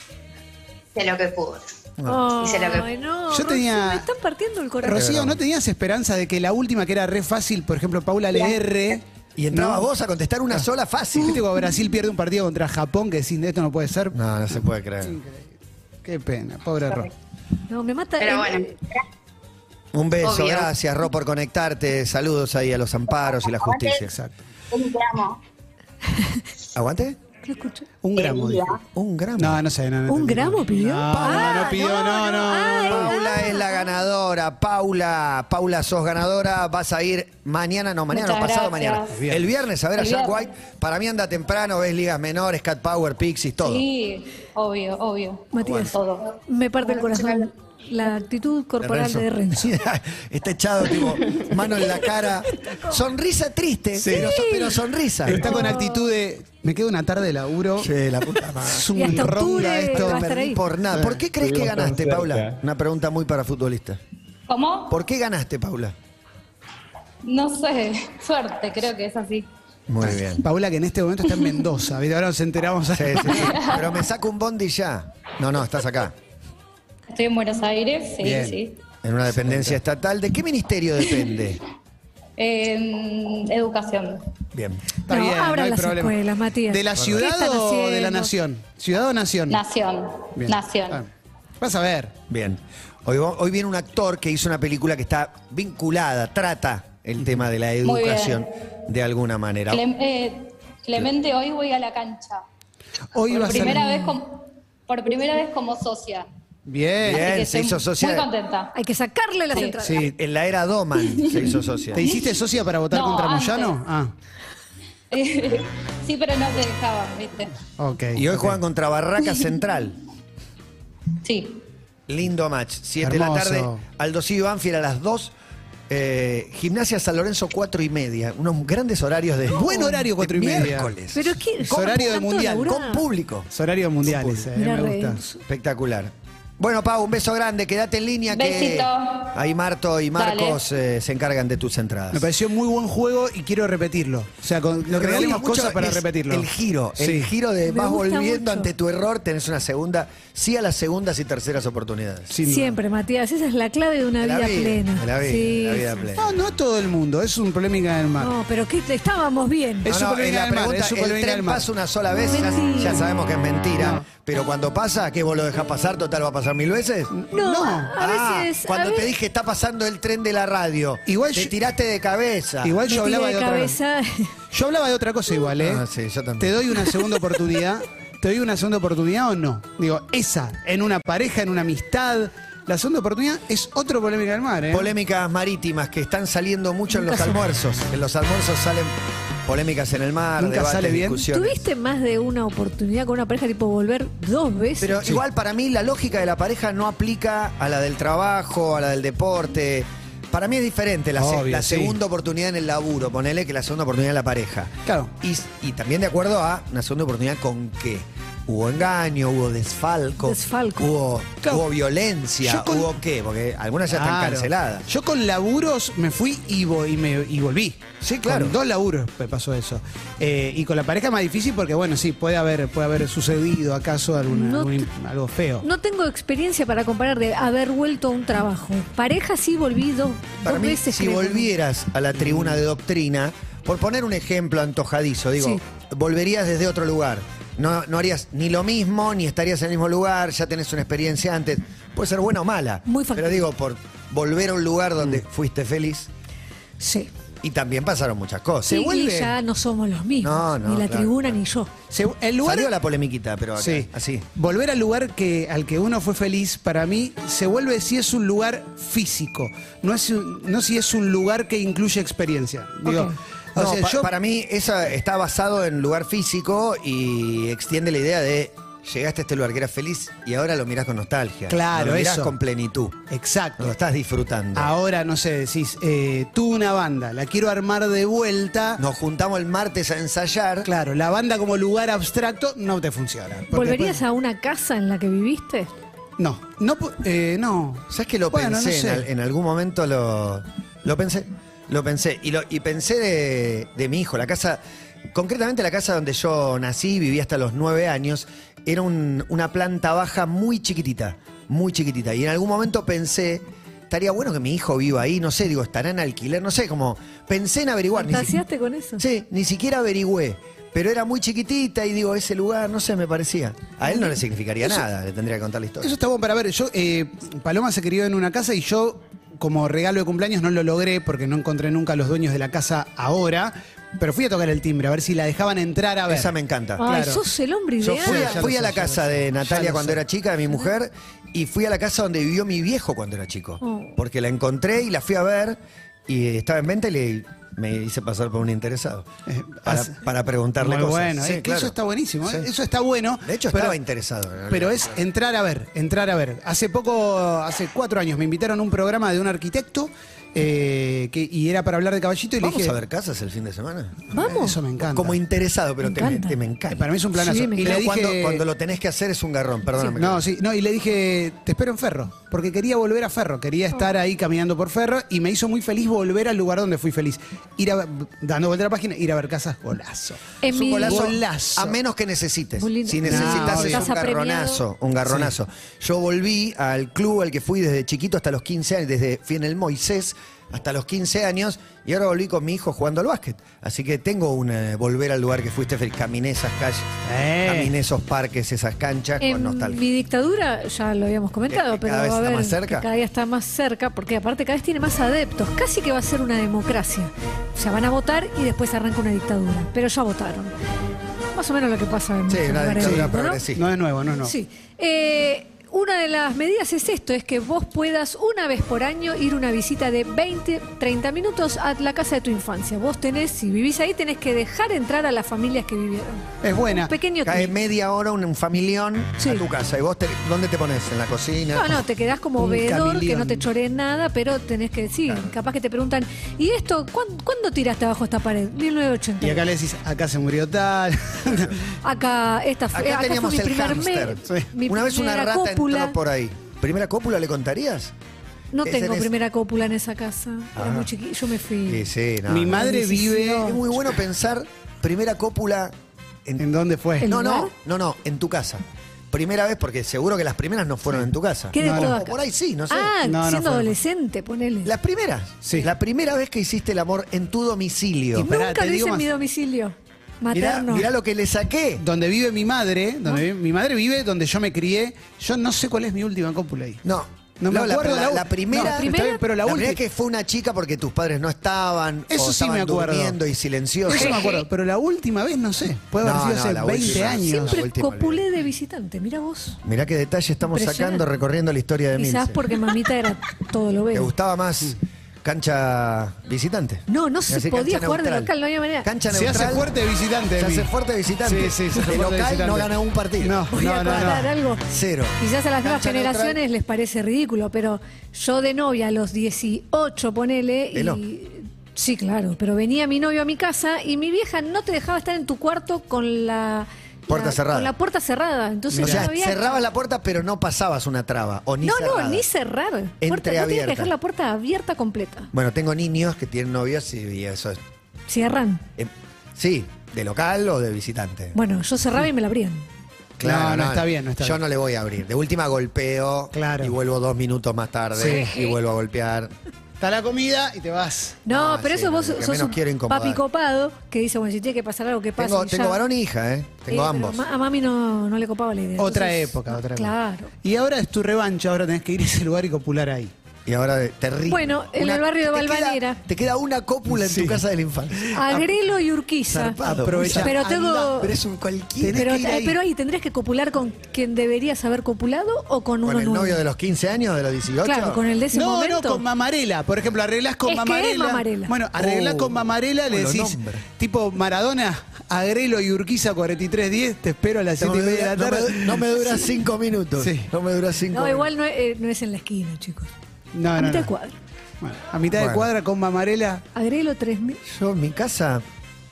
Speaker 6: Hice lo que pude. Hice lo
Speaker 5: Ay,
Speaker 6: que-
Speaker 5: no.
Speaker 4: Yo
Speaker 5: Rocío,
Speaker 4: tenía-
Speaker 5: Me están partiendo el corazón.
Speaker 4: Rocío, ¿no tenías esperanza de que la última, que era re fácil, por ejemplo, Paula le erre?
Speaker 3: Y entrabas
Speaker 4: ¿no?
Speaker 3: vos a contestar una sola fácil.
Speaker 4: ¿Viste cuando Brasil pierde un partido contra Japón que decís, esto no puede ser?
Speaker 3: No, no se puede creer.
Speaker 4: Qué pena, pobre Ro.
Speaker 5: No, me mata.
Speaker 6: Pero
Speaker 5: el-
Speaker 6: bueno,
Speaker 3: Un beso,
Speaker 6: Obvio.
Speaker 3: gracias, Ro, por conectarte. Saludos ahí a los amparos y la justicia.
Speaker 4: Exacto.
Speaker 6: un gramo.
Speaker 3: ¿Aguante?
Speaker 5: No escucho.
Speaker 4: Un gramo. dijo.
Speaker 3: Un gramo.
Speaker 4: No, no sé, no, no
Speaker 5: ¿Un
Speaker 4: entendí.
Speaker 5: gramo Ah, pidió?
Speaker 4: No, no, no pidió, no, no.
Speaker 5: Ah,
Speaker 3: Paula es la ganadora. Paula, Paula, sos ganadora. Vas a ir mañana, no, mañana,
Speaker 10: Muchas
Speaker 3: no, pasado
Speaker 10: gracias.
Speaker 3: mañana.
Speaker 10: El
Speaker 4: viernes.
Speaker 3: El viernes, a ver, a
Speaker 10: El
Speaker 3: Jack White.
Speaker 10: viernes.
Speaker 3: Para mí anda temprano, ves ligas menores, Cat Power, Pixies, todo.
Speaker 10: Sí, obvio, obvio.
Speaker 5: Matías,
Speaker 10: Todo.
Speaker 5: me parte el corazón la actitud corporal de Renzo.
Speaker 3: *laughs* Está echado, tipo, mano en la cara. Sonrisa triste,
Speaker 4: Sí.
Speaker 3: pero, son- pero
Speaker 5: Ah,
Speaker 3: sonrisa.
Speaker 4: Está con actitud de, me queda una tarde de laburo.
Speaker 3: Sí, la puta madre.
Speaker 4: Es un
Speaker 5: Y hasta
Speaker 4: ronda
Speaker 5: octubre
Speaker 4: esto.
Speaker 5: va a
Speaker 3: Perdí
Speaker 5: estar ahí.
Speaker 3: por nada. ¿Por qué crees que
Speaker 9: Estuvimos tan
Speaker 3: ganaste,
Speaker 9: cerca.
Speaker 3: Paula? Una pregunta muy para futbolista.
Speaker 10: ¿Cómo?
Speaker 3: ¿Por qué ganaste, Paula?
Speaker 10: No sé. *laughs* Suerte, creo que es así.
Speaker 3: Muy bien.
Speaker 4: Paula, que en este momento está en Mendoza, ¿viste? ahora nos enteramos.
Speaker 3: Sí, sí, sí. Pero me saco un bondi ya. No, no, estás acá.
Speaker 10: Estoy en Buenos Aires, sí,
Speaker 3: Bien.
Speaker 10: sí.
Speaker 3: En una dependencia estatal. ¿De qué ministerio depende?
Speaker 10: Eh, En educación.
Speaker 3: Bien.
Speaker 4: Está
Speaker 5: No,
Speaker 4: bien, no
Speaker 5: abran
Speaker 4: hay
Speaker 5: las
Speaker 4: problema.
Speaker 5: escuelas, Matías.
Speaker 4: ¿De la
Speaker 5: ¿Qué
Speaker 4: ciudad
Speaker 5: están
Speaker 4: o de la
Speaker 5: haciendo?
Speaker 4: nación? ¿Ciudad o nación?
Speaker 10: Nación.
Speaker 4: Bien.
Speaker 10: Nación.
Speaker 4: Ah, vas a ver.
Speaker 3: Bien. Hoy, va- hoy viene un actor que hizo una película que está vinculada, trata el tema de la
Speaker 10: Muy bien.
Speaker 3: educación de alguna manera.
Speaker 10: Clem- eh, Clemente, hoy voy a la cancha.
Speaker 4: Hoy va
Speaker 10: Por
Speaker 4: a ser.
Speaker 10: primera, vez como, por primera vez como socia.
Speaker 3: Bien.
Speaker 4: Bien.
Speaker 10: Así que
Speaker 3: se
Speaker 10: estoy
Speaker 3: hizo socia.
Speaker 10: Muy contenta. *laughs*
Speaker 5: Hay que sacarle las
Speaker 10: Sí.
Speaker 5: entradas.
Speaker 4: Sí.
Speaker 3: En la era Doman se hizo socia.
Speaker 4: ¿Te hiciste socia para votar
Speaker 10: No,
Speaker 4: contra
Speaker 10: antes.
Speaker 4: Moyano? Ah,
Speaker 10: sí, pero no te dejaban, ¿viste?
Speaker 4: ok.
Speaker 3: Y hoy
Speaker 4: ok.
Speaker 3: juegan contra Barraca Central.
Speaker 10: Sí.
Speaker 3: Lindo match. 7 de la
Speaker 4: Hermoso.
Speaker 3: tarde, Aldo y Banfield a las 2. eh, gimnasia San Lorenzo, 4 y media. Unos grandes horarios de.
Speaker 4: Buen horario,
Speaker 3: de
Speaker 4: cuatro y media.
Speaker 3: Miércoles.
Speaker 5: Pero es que-
Speaker 4: Es horario de
Speaker 5: ¿Cuánto
Speaker 4: mundial.
Speaker 5: laburá?
Speaker 3: Con público.
Speaker 4: Es horario mundial ese, eh,
Speaker 5: Mirá,
Speaker 4: me gusta.
Speaker 5: Renzo.
Speaker 3: Espectacular. Bueno, Pau, un beso grande. Quédate en línea que
Speaker 10: Besito.
Speaker 3: ahí Marto y Marcos eh, se encargan de tus entradas.
Speaker 4: Me pareció muy buen juego y quiero repetirlo. O sea, con, lo
Speaker 3: Lo
Speaker 4: que
Speaker 3: me
Speaker 4: regalemos
Speaker 3: gusta mucho
Speaker 4: cosas para
Speaker 3: es
Speaker 4: repetirlo.
Speaker 3: El giro,
Speaker 4: Sí.
Speaker 3: el giro de
Speaker 5: Me
Speaker 3: vas
Speaker 5: gusta
Speaker 3: volviendo
Speaker 5: mucho.
Speaker 3: ante tu error, tenés una segunda, sí a las segundas y terceras oportunidades.
Speaker 4: Sin duda.
Speaker 5: Siempre, Matías, esa es la clave de una
Speaker 3: De la
Speaker 5: vida,
Speaker 3: vida,
Speaker 5: plena.
Speaker 3: de la vida,
Speaker 5: Sí,
Speaker 3: de la vida
Speaker 5: sí.
Speaker 3: plena.
Speaker 4: No, no todo el mundo. Es un polémica del mar.
Speaker 5: No, pero que estábamos bien.
Speaker 4: Es
Speaker 3: No, no,
Speaker 4: supervivencia
Speaker 3: en la
Speaker 4: del mar,
Speaker 3: pregunta,
Speaker 4: es supervivencia
Speaker 3: el tren
Speaker 4: del mar.
Speaker 3: pasa una sola vez, ya, ya sabemos que es mentira. Pero cuando pasa, ¿qué vos lo dejás pasar? Total, va a pasar mil veces.
Speaker 5: No,
Speaker 4: no.
Speaker 5: a
Speaker 3: Ah,
Speaker 5: veces. a
Speaker 3: cuando te
Speaker 5: veces-
Speaker 3: dije está pasando el tren de la radio,
Speaker 4: Igual
Speaker 3: te
Speaker 4: yo-
Speaker 3: tiraste de cabeza.
Speaker 4: Igual
Speaker 5: me
Speaker 4: yo
Speaker 5: tiré
Speaker 4: hablaba de,
Speaker 5: de
Speaker 4: otra
Speaker 5: cabeza. *laughs*
Speaker 4: Yo hablaba de otra cosa igual, ¿eh?
Speaker 3: Ah, sí, yo también.
Speaker 4: Te doy una
Speaker 3: *laughs*
Speaker 4: segunda oportunidad. ¿Te doy una segunda oportunidad o no? Digo, esa, en una pareja, en una amistad. La segunda oportunidad es otro polémica del mar, ¿eh?
Speaker 3: Polémicas marítimas que están saliendo mucho en los almuerzos. En los almuerzos salen polémicas en el mar,
Speaker 4: Nunca
Speaker 3: debates,
Speaker 4: sale bien.
Speaker 3: discusiones.
Speaker 5: Tuviste más de una oportunidad con una pareja tipo volver dos veces.
Speaker 3: Pero igual para mí la lógica de la pareja no aplica a la del trabajo, a la del deporte. Para mí es diferente la, se-
Speaker 4: Obvio,
Speaker 3: la
Speaker 4: sí.
Speaker 3: segunda oportunidad en el laburo, ponele que la segunda oportunidad en la pareja.
Speaker 4: Claro.
Speaker 3: Y, y también de acuerdo a una segunda oportunidad con qué. Hubo engaño, hubo desfalco,
Speaker 5: Desfalco.
Speaker 3: Hubo,
Speaker 4: Claro.
Speaker 3: hubo violencia,
Speaker 4: Yo con-
Speaker 3: hubo qué, porque algunas ya están
Speaker 4: Claro.
Speaker 3: canceladas.
Speaker 4: Yo con laburos me fui y, vo- y, me, y volví.
Speaker 3: Sí, claro.
Speaker 4: Con dos laburos me pasó eso. Eh, y con la pareja más difícil porque, bueno, sí, puede haber, puede haber sucedido acaso alguna-
Speaker 5: No
Speaker 4: algún- algo feo.
Speaker 5: No tengo experiencia para comparar de haber vuelto a un trabajo. Pareja sí volví dos,
Speaker 3: Para
Speaker 5: dos
Speaker 3: mí,
Speaker 5: veces.
Speaker 3: si
Speaker 5: creo.
Speaker 3: volvieras a la tribuna de doctrina, por poner un ejemplo antojadizo, digo,
Speaker 5: Sí.
Speaker 3: volverías desde otro lugar. No, no harías ni lo mismo, ni estarías en el mismo lugar, ya tenés una experiencia antes. Puede ser buena o mala.
Speaker 5: Muy Mm.
Speaker 3: pero
Speaker 5: factible.
Speaker 3: digo, por volver a un lugar donde fuiste feliz
Speaker 5: Sí.
Speaker 3: y también pasaron muchas cosas.
Speaker 5: Sí,
Speaker 3: Se
Speaker 5: y
Speaker 3: vuelve-
Speaker 5: ya no somos los mismos.
Speaker 3: No, no,
Speaker 5: ni la
Speaker 3: claro,
Speaker 5: tribuna
Speaker 3: claro.
Speaker 5: ni yo.
Speaker 4: Se- el lugar
Speaker 3: Salió la polemiquita, pero acá,
Speaker 4: Sí.
Speaker 3: así.
Speaker 4: Volver al lugar que, al que uno fue feliz, para mí, se vuelve si es un lugar físico, no, es un- no si es un lugar que incluye experiencia. Digo,
Speaker 5: Ok.
Speaker 4: o
Speaker 3: No,
Speaker 4: sea,
Speaker 3: pa-
Speaker 4: yo-
Speaker 3: Para mí esa está basado en lugar físico y extiende la idea de llegaste a este lugar que eras feliz y ahora lo mirás con nostalgia.
Speaker 4: Claro,
Speaker 3: lo mirás
Speaker 4: eso.
Speaker 3: con plenitud.
Speaker 4: Exacto.
Speaker 3: No Lo estás disfrutando.
Speaker 4: Ahora, no sé, decís, eh, tuve una banda, la quiero armar de vuelta.
Speaker 3: Nos juntamos el martes a ensayar.
Speaker 4: Claro, la banda como lugar abstracto no te funciona. porque
Speaker 5: ¿Volverías
Speaker 4: después-
Speaker 5: a una casa en la que viviste?
Speaker 4: No, no, pu- eh, no.
Speaker 3: ¿Sabes que lo
Speaker 4: Bueno, no
Speaker 3: pensé? en
Speaker 4: sé.
Speaker 3: al- en, algún momento lo, lo pensé. Lo pensé. Y, lo, y pensé de, de mi hijo. La casa, concretamente la casa donde yo nací, viví hasta los nueve años, era un- una planta baja muy chiquitita. Muy chiquitita. Y en algún momento pensé. Estaría bueno que mi hijo viva ahí, no sé, digo, estará en alquiler, no sé, como pensé en averiguar. ni si-
Speaker 5: ¿Fantaseaste con eso?
Speaker 3: Sí, ni siquiera averigüé. Pero era muy chiquitita y digo, ese lugar, no sé, me parecía. A él no le significaría nada, le tendría que contar la historia.
Speaker 4: Eso está bueno para ver. Yo, eh, Paloma se crió en una casa y yo, como regalo de cumpleaños, no lo logré porque no encontré nunca a los dueños de la casa ahora. Pero fui a tocar el timbre, a ver si la dejaban entrar a ver.
Speaker 3: Esa me encanta.
Speaker 5: Ay,
Speaker 4: claro.
Speaker 5: sos el hombre
Speaker 3: Yo
Speaker 5: ideal.
Speaker 3: fui a,
Speaker 4: Ya lo
Speaker 3: fui a
Speaker 4: sé,
Speaker 3: la
Speaker 4: ya lo
Speaker 3: casa
Speaker 4: sé.
Speaker 3: de
Speaker 4: Ya
Speaker 3: Natalia
Speaker 4: lo
Speaker 3: cuando
Speaker 4: sé.
Speaker 3: era chica, de mi mujer, y fui a la casa donde vivió mi viejo cuando era chico.
Speaker 5: Oh.
Speaker 3: Porque la encontré y la fui a ver, y eh, estaba en venta y le- me hice pasar por un interesado.
Speaker 4: Eh,
Speaker 3: Para,
Speaker 4: hace-
Speaker 3: para preguntarle
Speaker 4: Muy
Speaker 3: cosas.
Speaker 4: bueno,
Speaker 3: Sí,
Speaker 4: es que
Speaker 3: claro.
Speaker 4: eso está buenísimo.
Speaker 3: Sí.
Speaker 4: ¿eh? Eso está bueno.
Speaker 3: De hecho,
Speaker 4: pero-
Speaker 3: estaba interesado. en realidad.
Speaker 4: Pero es entrar a ver, entrar a ver. Hace poco, hace cuatro años, me invitaron a un programa de un arquitecto eh, que, y era para hablar de caballito y
Speaker 3: ¿Vamos
Speaker 4: le dije.
Speaker 3: a ver casas el fin de semana?
Speaker 5: Vamos.
Speaker 4: Eso me encanta.
Speaker 3: Como interesado, pero
Speaker 5: Me
Speaker 3: te, me,
Speaker 5: encanta.
Speaker 3: te me
Speaker 4: Eh,
Speaker 3: encanta.
Speaker 4: Para mí es un planazo.
Speaker 5: Sí, me
Speaker 4: y
Speaker 3: Pero
Speaker 4: le dije,
Speaker 3: cuando, cuando lo tenés que hacer es un garrón, perdóname.
Speaker 4: No, sí, no, y le dije, te espero en Ferro, porque quería volver a Ferro, quería
Speaker 5: Mm.
Speaker 4: estar ahí caminando por Ferro y me hizo muy feliz volver al lugar donde fui feliz. Ir a, dando vuelta a la página, ir a ver casas, golazo.
Speaker 5: En
Speaker 3: Es
Speaker 5: mi-
Speaker 3: un golazo,
Speaker 4: Golazo.
Speaker 3: a menos que necesites.
Speaker 5: Muy lindo.
Speaker 3: Si necesitas
Speaker 4: No,
Speaker 3: es un
Speaker 5: Casa premiado.
Speaker 3: garronazo, un garronazo. Yo volví al club al que fui desde chiquito hasta los 15 años, desde fui en el Moisés hasta los 15 años y ahora volví con mi hijo jugando al básquet. Así que tengo un eh, volver al lugar que fuiste feliz. Caminé esas calles,
Speaker 4: Eh.
Speaker 3: caminé esos parques, esas canchas con
Speaker 5: En
Speaker 3: nostalgia.
Speaker 5: mi dictadura, ya lo habíamos comentado,
Speaker 3: Eh, que
Speaker 5: pero
Speaker 3: cada vez
Speaker 5: va a
Speaker 3: está
Speaker 5: haber-
Speaker 3: más cerca.
Speaker 5: que cada día está más cerca, porque aparte cada vez tiene más adeptos. Casi que va a ser una democracia. O sea, van a votar y después arranca una dictadura. Pero ya votaron. Más o menos lo que pasa en
Speaker 3: Sí,
Speaker 5: muchos
Speaker 3: una
Speaker 5: lugares del
Speaker 3: dictadura
Speaker 5: mundo, ¿no?
Speaker 3: progresista. Sí.
Speaker 4: No es nuevo, no, no.
Speaker 5: Sí. Eh, una de las medidas es esto, es que vos puedas una vez por año ir una visita de 20, 30 minutos a la casa de tu infancia. Vos tenés, si vivís ahí, tenés que dejar entrar a las familias que vivieron.
Speaker 4: Es buena.
Speaker 5: Pequeño
Speaker 3: Ah, Cae
Speaker 5: tip.
Speaker 3: media hora un, un familión
Speaker 5: Sí.
Speaker 3: a tu casa. ¿Y vos te- dónde te pones? ¿En la cocina?
Speaker 5: No, no, te quedás como
Speaker 4: Un
Speaker 5: veedor, que
Speaker 4: camilión.
Speaker 5: no te choreen nada, pero tenés que decir, capaz que te preguntan, ¿y esto? ¿cuán- ¿Cuándo tiraste abajo esta pared?
Speaker 4: Y
Speaker 5: 1980.
Speaker 4: acá le decís, acá se murió tal. *laughs*
Speaker 5: Acá, esta fue,
Speaker 3: Acá
Speaker 5: acá
Speaker 3: teníamos
Speaker 5: fue mi
Speaker 3: el
Speaker 5: primer
Speaker 3: hámster.
Speaker 5: mes. Mi
Speaker 3: una vez una
Speaker 5: primera
Speaker 3: rata
Speaker 5: cópula.
Speaker 3: entró por ahí. ¿Primera cópula le contarías?
Speaker 5: No
Speaker 3: Ese
Speaker 5: tengo
Speaker 3: es-
Speaker 5: primera cópula en esa casa.
Speaker 3: Ah.
Speaker 5: Era muy chiquita. Yo me
Speaker 3: Sí,
Speaker 5: fui.
Speaker 3: sí, no.
Speaker 4: Mi madre
Speaker 3: Es
Speaker 4: vive.
Speaker 3: muy bueno pensar primera cópula en,
Speaker 4: ¿En dónde fue?
Speaker 5: ¿El
Speaker 3: No, no,
Speaker 5: lugar?
Speaker 3: no, no, en tu casa. Primera vez porque seguro que las primeras no fueron en tu casa.
Speaker 5: ¿Qué de
Speaker 4: No,
Speaker 5: todo
Speaker 4: no.
Speaker 5: acá?
Speaker 3: Por ahí sí, no sé.
Speaker 5: Ah,
Speaker 4: No, no
Speaker 5: siendo
Speaker 4: fue.
Speaker 5: adolescente, ponele.
Speaker 3: Las primeras.
Speaker 4: Sí.
Speaker 3: La primera vez que hiciste el amor en tu domicilio.
Speaker 4: Y
Speaker 5: Nunca
Speaker 4: pará, te
Speaker 5: lo hice
Speaker 4: digo
Speaker 5: en
Speaker 4: más.
Speaker 5: mi domicilio
Speaker 3: Mirá,
Speaker 5: materno.
Speaker 3: mirá lo que le saqué.
Speaker 4: Donde vive mi madre, donde vive- mi madre vive donde yo me crié. Yo no sé cuál es mi última cópula ahí.
Speaker 3: No.
Speaker 4: No me
Speaker 3: la-
Speaker 4: acuerdo
Speaker 3: La,
Speaker 4: la u-
Speaker 3: la primera,
Speaker 4: No,
Speaker 5: está bien, ¿Primera?
Speaker 4: pero la
Speaker 3: primera
Speaker 4: última-
Speaker 3: que fue una chica porque tus padres no estaban.
Speaker 4: Eso
Speaker 3: o
Speaker 4: sí
Speaker 3: estaban
Speaker 4: me acuerdo.
Speaker 3: durmiendo y silenciosos.
Speaker 4: Eso me acuerdo, pero la última vez no sé. Puede haber
Speaker 3: No,
Speaker 4: sido
Speaker 3: no,
Speaker 4: hace
Speaker 3: la
Speaker 4: 20
Speaker 3: última.
Speaker 4: años.
Speaker 3: La
Speaker 5: Siempre
Speaker 3: última,
Speaker 5: copulé de visitante, mira vos.
Speaker 3: Mirá qué detalle estamos
Speaker 5: Impresionante.
Speaker 3: sacando recorriendo la historia de
Speaker 5: Quizás
Speaker 3: Milce.
Speaker 5: porque mamita era todo lo
Speaker 3: ¿Te
Speaker 5: veo.
Speaker 3: gustaba más cancha visitante?
Speaker 5: No, no se
Speaker 3: Así,
Speaker 5: podía
Speaker 3: cancha
Speaker 5: jugar de
Speaker 3: neutral.
Speaker 5: local, no había manera.
Speaker 3: Cancha
Speaker 4: Se
Speaker 3: neutral.
Speaker 4: hace fuerte de visitante.
Speaker 3: Se hace
Speaker 4: Emi.
Speaker 3: fuerte de visitante.
Speaker 4: Sí, sí, se hace
Speaker 3: de
Speaker 4: fuerte
Speaker 3: local
Speaker 4: de visitante.
Speaker 3: no gana un partido.
Speaker 4: No,
Speaker 5: Voy a
Speaker 4: no, no.
Speaker 5: aclarar
Speaker 4: no.
Speaker 5: algo.
Speaker 3: Cero.
Speaker 5: Quizás a las nuevas
Speaker 3: Cancha neutral.
Speaker 5: generaciones les parece ridículo, pero yo de novia a los 18, ponele,
Speaker 3: Velo.
Speaker 5: y. Sí, claro, pero venía mi novio a mi casa y mi vieja no te dejaba estar en tu cuarto con la
Speaker 3: Puerta
Speaker 5: la-
Speaker 3: cerrada.
Speaker 5: Con la puerta cerrada. Entonces
Speaker 3: o sea,
Speaker 5: no había-
Speaker 3: cerrabas la puerta, pero no pasabas una traba. O ni
Speaker 5: no,
Speaker 3: cerrada.
Speaker 5: no, ni cerrar. Puerta, no tienes
Speaker 3: Entreabierta.
Speaker 5: que dejar la puerta abierta completa.
Speaker 3: Bueno, tengo niños que tienen novias y, y eso es.
Speaker 5: Cierran.
Speaker 3: eh, sí, de local o de visitante.
Speaker 5: Bueno, yo cerraba y me la abrían.
Speaker 4: No, no está bien, no está
Speaker 3: Yo
Speaker 4: bien.
Speaker 3: no le voy a abrir. De última golpeo
Speaker 4: Claro.
Speaker 3: y vuelvo dos minutos más tarde
Speaker 4: Sí.
Speaker 3: y vuelvo a golpear.
Speaker 4: Está la comida y te vas.
Speaker 5: No,
Speaker 3: Ah,
Speaker 5: pero
Speaker 3: sí,
Speaker 5: eso vos
Speaker 3: lo que
Speaker 5: sos
Speaker 3: menos
Speaker 5: un
Speaker 3: quiero incomodar.
Speaker 5: papi copado que dice, bueno, si tiene que pasar algo que pasa.
Speaker 3: Tengo, tengo varón y hija, ¿eh? Tengo ambos.
Speaker 5: A mami no, no le copaba la idea.
Speaker 4: Otra
Speaker 5: Entonces,
Speaker 4: época, otra época.
Speaker 5: Claro.
Speaker 4: Y ahora es tu revancha, ahora tenés que ir a ese lugar y copular ahí.
Speaker 3: Y ahora eh, terrible.
Speaker 5: Bueno, en el barrio de
Speaker 3: te queda-
Speaker 5: Valvanera.
Speaker 3: Te queda una cópula en tu casa de la infancia.
Speaker 5: Agrelo y Urquiza.
Speaker 3: Zarpado.
Speaker 4: Aprovecha.
Speaker 5: Pero
Speaker 3: Andá,
Speaker 5: tengo-
Speaker 3: Pero es un cualquiera.
Speaker 5: Pero,
Speaker 4: que ir
Speaker 5: eh,
Speaker 4: ahí.
Speaker 5: pero ahí tendrías que copular con quien deberías haber copulado o con uno
Speaker 3: Con el
Speaker 5: nuevo.
Speaker 3: novio de los 15 años, de los 18.
Speaker 5: Claro, con el de ese
Speaker 4: no,
Speaker 5: momento.
Speaker 4: no, con mamarela. Por ejemplo, arreglás con
Speaker 5: Es que es
Speaker 4: mamarela.
Speaker 5: mamarela.
Speaker 4: Bueno, arreglás
Speaker 3: Oh,
Speaker 4: con mamarela, le
Speaker 3: con los
Speaker 4: decís,
Speaker 3: nombres.
Speaker 4: tipo Maradona, Agrelo y Urquiza 4310, te espero a las
Speaker 3: No
Speaker 4: 7
Speaker 3: me,
Speaker 4: y media
Speaker 3: dura,
Speaker 4: de la tarde.
Speaker 3: no me- no me dura cinco minutos.
Speaker 4: Sí.
Speaker 3: No me dura cinco
Speaker 5: No,
Speaker 3: minutos.
Speaker 5: igual no, eh, no es en la esquina, chicos.
Speaker 4: No,
Speaker 5: a
Speaker 4: no,
Speaker 5: mitad
Speaker 4: no.
Speaker 5: de cuadro.
Speaker 4: Bueno, a mitad
Speaker 3: Bueno.
Speaker 4: de cuadra con mamarela.
Speaker 5: Agrelo 3.000.
Speaker 3: Yo en mi casa,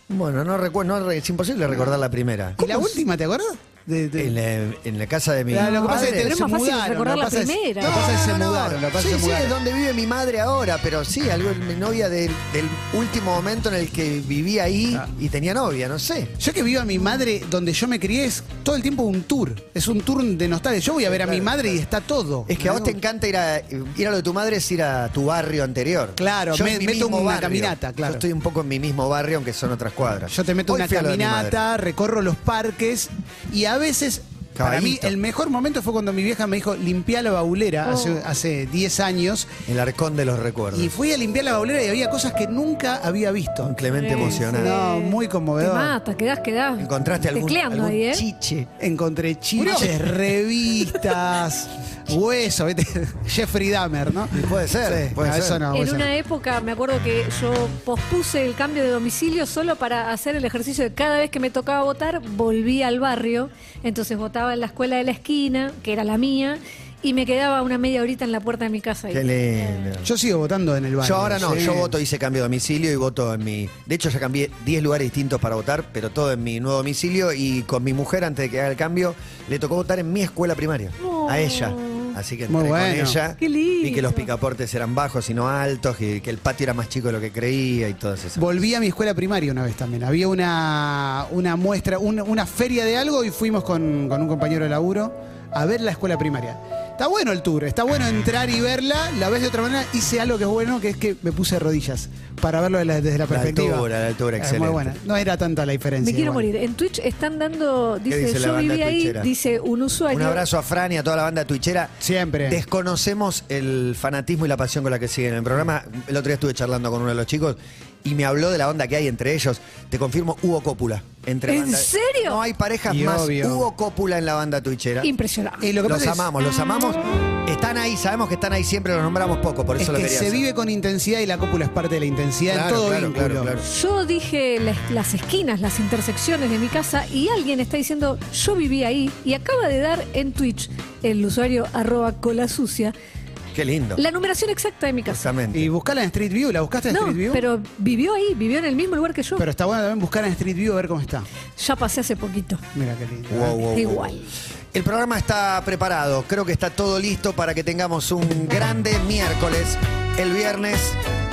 Speaker 3: bueno, no recuerdo, no re- es imposible recordar la primera.
Speaker 4: ¿Y la última, te acuerdas? De- de-
Speaker 3: En la, en la casa de mi
Speaker 4: La- lo que pasa
Speaker 3: padre.
Speaker 4: es que
Speaker 5: Pero
Speaker 4: te-
Speaker 5: es
Speaker 4: se
Speaker 5: más fácil
Speaker 4: mudaron,
Speaker 5: recordar
Speaker 4: lo
Speaker 5: la
Speaker 4: que pasa es-
Speaker 5: primera.
Speaker 4: lo que pasa es que se mudaron, lo que pasa
Speaker 3: Sí,
Speaker 4: es que se
Speaker 3: sí, es
Speaker 4: mudaron.
Speaker 3: donde vive mi madre ahora, pero sí, algo mi novia del, del último momento en el que vivía ahí
Speaker 4: Ah.
Speaker 3: y tenía novia, no sé.
Speaker 4: Yo que vivo a mi madre donde yo me crié es todo el tiempo un tour. Es un tour de nostalgia. Yo voy a ver a mi madre y está todo.
Speaker 3: Es que a vos te encanta ir a, ir a lo de tu madre es ir a tu barrio anterior.
Speaker 4: Claro,
Speaker 3: Yo
Speaker 4: me-
Speaker 3: en mi
Speaker 4: meto
Speaker 3: mismo
Speaker 4: una
Speaker 3: barrio.
Speaker 4: caminata, claro.
Speaker 3: Yo estoy un poco en mi mismo barrio, aunque son otras cuadras.
Speaker 4: Yo te meto
Speaker 3: Hoy
Speaker 4: una
Speaker 3: fui a lo de mi madre.
Speaker 4: caminata, recorro los parques y a veces, para mí,
Speaker 3: Caballito.
Speaker 4: el mejor momento fue cuando mi vieja me dijo limpiá la baulera
Speaker 5: Oh.
Speaker 4: hace, hace 10 años
Speaker 3: El arcón de los recuerdos.
Speaker 4: y fui a limpiar la baulera y había cosas que nunca había visto.
Speaker 3: Un Clemente emocionado.
Speaker 4: No, muy
Speaker 5: Te
Speaker 4: conmovedor.
Speaker 5: mata, quedás, quedás.
Speaker 3: ¿Encontraste algún,
Speaker 5: Tecleando
Speaker 3: algún
Speaker 5: ahí, ¿eh?
Speaker 3: chiche?
Speaker 4: Encontré chiches, revistas, hueso, ¿viste? *laughs* Jeffrey Dahmer, ¿no?
Speaker 3: Puede ser, puede
Speaker 4: no,
Speaker 3: ser.
Speaker 4: Eso no,
Speaker 5: en
Speaker 4: eso no.
Speaker 5: una época me acuerdo que yo pospuse el cambio de domicilio solo para hacer el ejercicio de cada vez que me tocaba votar, volví al barrio, entonces votaba en la escuela de la esquina, que era la mía, y me quedaba una media horita en la puerta de mi casa. ahí.
Speaker 3: Qué lindo.
Speaker 4: Yo sigo votando en el barrio.
Speaker 3: Yo ahora no,
Speaker 4: sí.
Speaker 3: yo voto, hice cambio de domicilio y voto en mi. De hecho, ya cambié 10 lugares distintos para votar, pero todo en mi nuevo domicilio. Y con mi mujer, antes de que haga el cambio, le tocó votar en mi escuela primaria.
Speaker 5: No.
Speaker 3: A ella. Así que entré
Speaker 4: Muy bueno.
Speaker 3: con ella.
Speaker 5: Qué
Speaker 3: Y
Speaker 5: lindo.
Speaker 3: que los picaportes eran bajos y no altos, y que el patio era más chico de lo que creía y todo eso.
Speaker 4: Volví a mi escuela primaria una vez también. Había una, una muestra, un- una feria de algo y fuimos con, con un compañero de laburo a ver la escuela primaria. Está bueno el tour, está bueno entrar y verla. La ves de otra manera. Hice algo que es bueno, que es que me puse de rodillas para verlo de la- desde la
Speaker 3: La
Speaker 4: perspectiva.
Speaker 3: altura, la altura,
Speaker 4: Es
Speaker 3: excelente.
Speaker 4: Muy buena. No era tanta la diferencia.
Speaker 5: Me quiero
Speaker 4: igual.
Speaker 5: morir. En Twitch están dando, dice,
Speaker 3: dice la
Speaker 5: yo
Speaker 3: banda
Speaker 5: viví ahí,
Speaker 3: twitchera?
Speaker 5: dice un usuario.
Speaker 3: Un abrazo a Fran y a toda la banda tuichera.
Speaker 4: Siempre.
Speaker 3: Desconocemos el fanatismo y la pasión con la que siguen el programa. El otro día estuve charlando con uno de los chicos y me habló de la onda que hay entre ellos. Te confirmo, hubo cópula. Entre
Speaker 5: ¿En
Speaker 3: bandas.
Speaker 5: serio?
Speaker 3: No hay parejas
Speaker 4: Y
Speaker 3: más.
Speaker 4: obvio.
Speaker 3: Hubo cópula en la banda tuichera.
Speaker 5: Impresionante.
Speaker 4: Eh, lo que
Speaker 3: los
Speaker 4: pasa es-
Speaker 3: amamos, los amamos. Están ahí, sabemos que están ahí siempre, los nombramos poco, por
Speaker 4: Es,
Speaker 3: eso lo
Speaker 4: que
Speaker 3: quería
Speaker 4: se
Speaker 3: hacer.
Speaker 4: vive con intensidad y la cópula es parte de la intensidad
Speaker 3: Claro,
Speaker 4: en todo
Speaker 3: claro,
Speaker 4: vínculo.
Speaker 3: claro, claro.
Speaker 5: Yo dije las, las esquinas, las intersecciones de mi casa y alguien está diciendo yo viví ahí y acaba de dar en Twitch el usuario arroba cola sucia
Speaker 3: Qué lindo.
Speaker 5: la numeración exacta de mi casa.
Speaker 3: Justamente.
Speaker 4: Y buscala en Street View, ¿la buscaste en
Speaker 5: No,
Speaker 4: Street View?
Speaker 5: pero vivió ahí, vivió en el mismo lugar que yo.
Speaker 4: Pero está bueno también buscar en Street View a ver cómo está.
Speaker 5: ya pasé hace poquito.
Speaker 4: Mira qué lindo.
Speaker 3: Wow, wow, wow.
Speaker 5: Igual.
Speaker 3: El programa está preparado, creo que está todo listo para que tengamos un grande miércoles. El viernes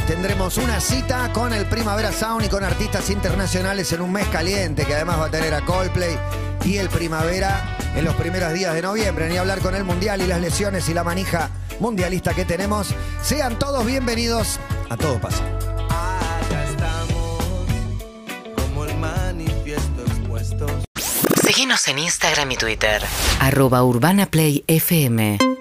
Speaker 3: tendremos una cita con el Primavera Sound y con artistas internacionales en un mes caliente, que además va a tener a Coldplay y el Primavera en los primeros días de noviembre, ni hablar con el Mundial y las lesiones y la manija mundialista que tenemos. Sean todos bienvenidos a Todo Pasa.
Speaker 2: Acá estamos, como el manifiesto expuesto.
Speaker 7: Seguinos en Instagram y Twitter. Arroba Urbana Play FM.